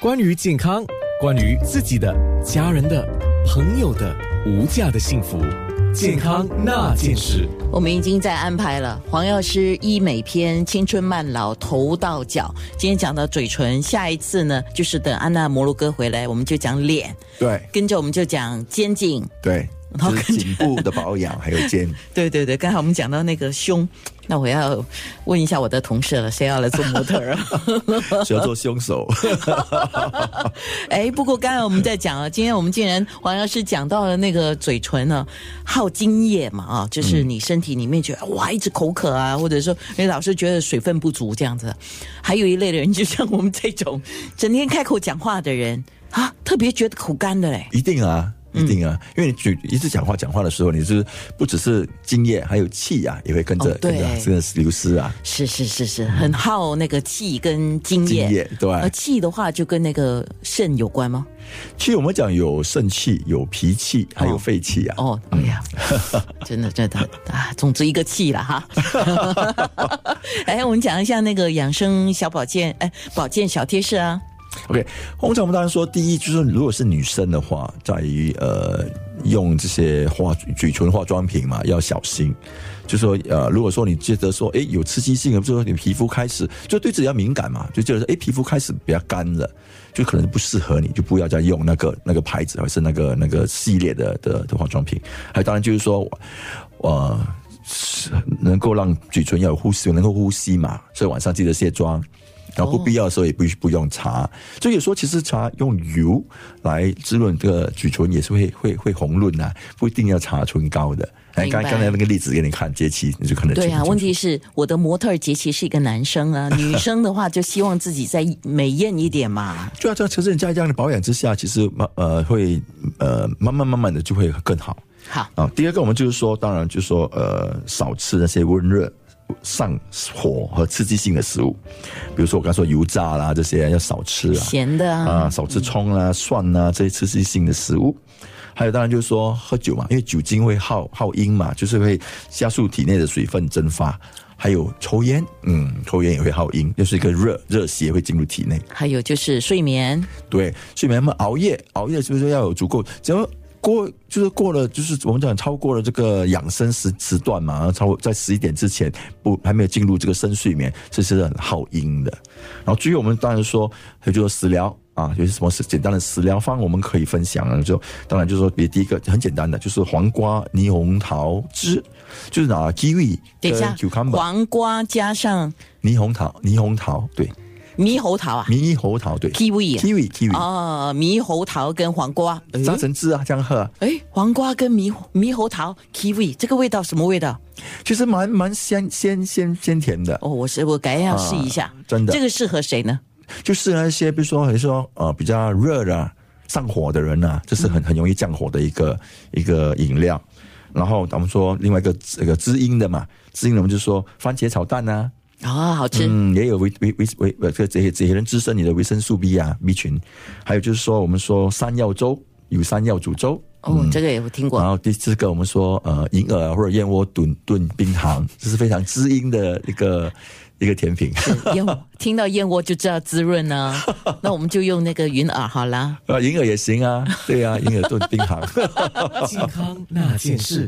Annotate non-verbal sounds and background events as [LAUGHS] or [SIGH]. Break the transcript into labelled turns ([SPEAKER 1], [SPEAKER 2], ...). [SPEAKER 1] 关于健康，关于自己的、家人的、朋友的无价的幸福，健康那件事。
[SPEAKER 2] 我们已经在安排了黄药师医美篇《青春慢老头到脚》，今天讲到嘴唇，下一次呢就是等安娜摩洛哥回来，我们就讲脸，
[SPEAKER 3] 对
[SPEAKER 2] 跟着我们就讲肩颈，
[SPEAKER 3] 对，
[SPEAKER 2] 好
[SPEAKER 3] 就是颈部的保养，还有
[SPEAKER 2] [LAUGHS]
[SPEAKER 3] 肩，
[SPEAKER 2] 对对对，刚才我们讲到那个胸，那我要问一下我的同事了，谁要来做模特儿啊？
[SPEAKER 3] 谁要做凶手？ [LAUGHS]
[SPEAKER 2] 哎，不过刚才我们在讲啊，今天我们竟然黄药师讲到了那个嘴唇呢、耗津液嘛啊，就是
[SPEAKER 3] 嗯
[SPEAKER 2] 你身体里面觉得哇一直口渴啊，或者说你老是觉得水分不足这样子。还有一类的人，就像我们这种整天开口讲话的人啊，特别觉得口干的嘞。
[SPEAKER 3] 一定啊，一定
[SPEAKER 2] 嗯
[SPEAKER 3] 啊，因为你嘴一直讲话讲话的时候，你是不只是津液，还有气啊，也会跟着、
[SPEAKER 2] 哦对
[SPEAKER 3] 跟着这个流失啊。
[SPEAKER 2] 是是是是，很耗那个气跟津液。
[SPEAKER 3] 嗯津液哎对
[SPEAKER 2] 而气的话就跟那个肾有关吗？
[SPEAKER 3] 其实我们讲有肾气、有脾气，还有肺气啊。
[SPEAKER 2] 哦，哎呀，真的真的啊，总之一个气了 [LAUGHS] 哈。哎，我们讲一下那个养生小保健，哎，保健小贴士啊，
[SPEAKER 3] OK，通常我们当然说，第一就是如果是女生的话，在于呃用这些化嘴唇化妆品嘛，要小心。就说呃，如果说你觉得说，哎，有刺激性，就说你皮肤开始就对自己要敏感嘛，就觉得说，哎，皮肤开始比较干了，就可能不适合你，就不要再用那个那 [LAUGHS] 个牌子或是那个那个系列的的的化妆品。还有当然就是说，呃，是能够让嘴唇要有呼吸，能够呼吸嘛，所以晚上记得卸妆。然后不必要的时候也不不用茶，所以有时候其实茶用油来滋润这个嘴唇也是会会会红润呐、不一定要擦唇膏的。哎，
[SPEAKER 2] 明
[SPEAKER 3] 刚
[SPEAKER 2] 白
[SPEAKER 3] 刚才那个例子给你看，节气你就看得
[SPEAKER 2] 对
[SPEAKER 3] 清
[SPEAKER 2] 啊，
[SPEAKER 3] 楚
[SPEAKER 2] 问题是我的模特儿杰奇是一个男生 [LAUGHS] 啊，女生的话就希望自己再美艳一点嘛。
[SPEAKER 3] 就要这样，其实你在这样的保养之下，其实慢呃会呃慢慢慢慢的就会更好
[SPEAKER 2] 好，
[SPEAKER 3] 啊。第二个我们就是说，当然就是说呃少吃那些温热。上火和刺激性的食物，比如说我刚才说油炸啦，这些要少吃啊。
[SPEAKER 2] 咸的啊，
[SPEAKER 3] 啊，少吃葱啦、蒜啦、这些刺激性的食物。还有，当然就是说喝酒嘛，因为酒精会耗耗阴嘛，就是会加速体内的水分蒸发。还有抽烟，嗯，抽烟也会耗阴，就是一个热热邪会进入体内。
[SPEAKER 2] 还有就是睡眠，
[SPEAKER 3] 对，睡眠嘛，熬夜，熬夜就是要有足够，只要过就是过了，就是我们讲超过了这个养生时时段嘛，然后超过在十一点之前不还没有进入这个深睡眠，这是很耗阴的。然后至于我们当然说，还有就是食疗。啊，有些什么是简单的食疗方，我们可以分享啊。就当然就是说，别第一个很简单的，就是黄瓜、猕猴桃汁，就是拿 kiwi 呃
[SPEAKER 2] 等
[SPEAKER 3] 跟
[SPEAKER 2] 一下，
[SPEAKER 3] cucumber、
[SPEAKER 2] 黄瓜加上
[SPEAKER 3] 猕猴桃、猕猴桃，对，
[SPEAKER 2] 猕猴桃啊
[SPEAKER 3] 猕猴桃，对
[SPEAKER 2] 嗯，kiwi 啊
[SPEAKER 3] kiwi kiwi，、
[SPEAKER 2] 哦，哎猕猴桃跟黄瓜，
[SPEAKER 3] 榨成汁啊，这样喝、啊。
[SPEAKER 2] 哎，黄瓜跟猕猴猕猴桃 kiwi 这个味道什么味道？
[SPEAKER 3] 其实蛮蛮鲜鲜鲜鲜甜的，
[SPEAKER 2] 哦，我是我改天要试一下、
[SPEAKER 3] 啊真的
[SPEAKER 2] 这个适合谁呢？
[SPEAKER 3] 就是那些比如说你说呃比较热的、啊、上火的人啊，这是很很容易降火的一个一个饮料。然后咱们说另外一个这个滋阴的嘛，滋阴的我们就说番茄炒蛋啊，
[SPEAKER 2] 啊、好吃、
[SPEAKER 3] 嗯，也有维维维维呃这这些这些人滋生你的维生素 B 啊 B 群，还有就是说我们说山药粥有山药煮粥，
[SPEAKER 2] 哦，这个也有听过 [LAUGHS]
[SPEAKER 3] 然。后第四个，我们说呃，银耳或者燕窝炖炖冰糖，这是非常滋阴的一个一个甜品。
[SPEAKER 2] 燕窝听到燕窝就知道滋润呢、那我们就用那个云耳好啦。
[SPEAKER 3] 呃啊，银耳也行啊，对啊，银耳炖冰糖。
[SPEAKER 1] 健康那件事。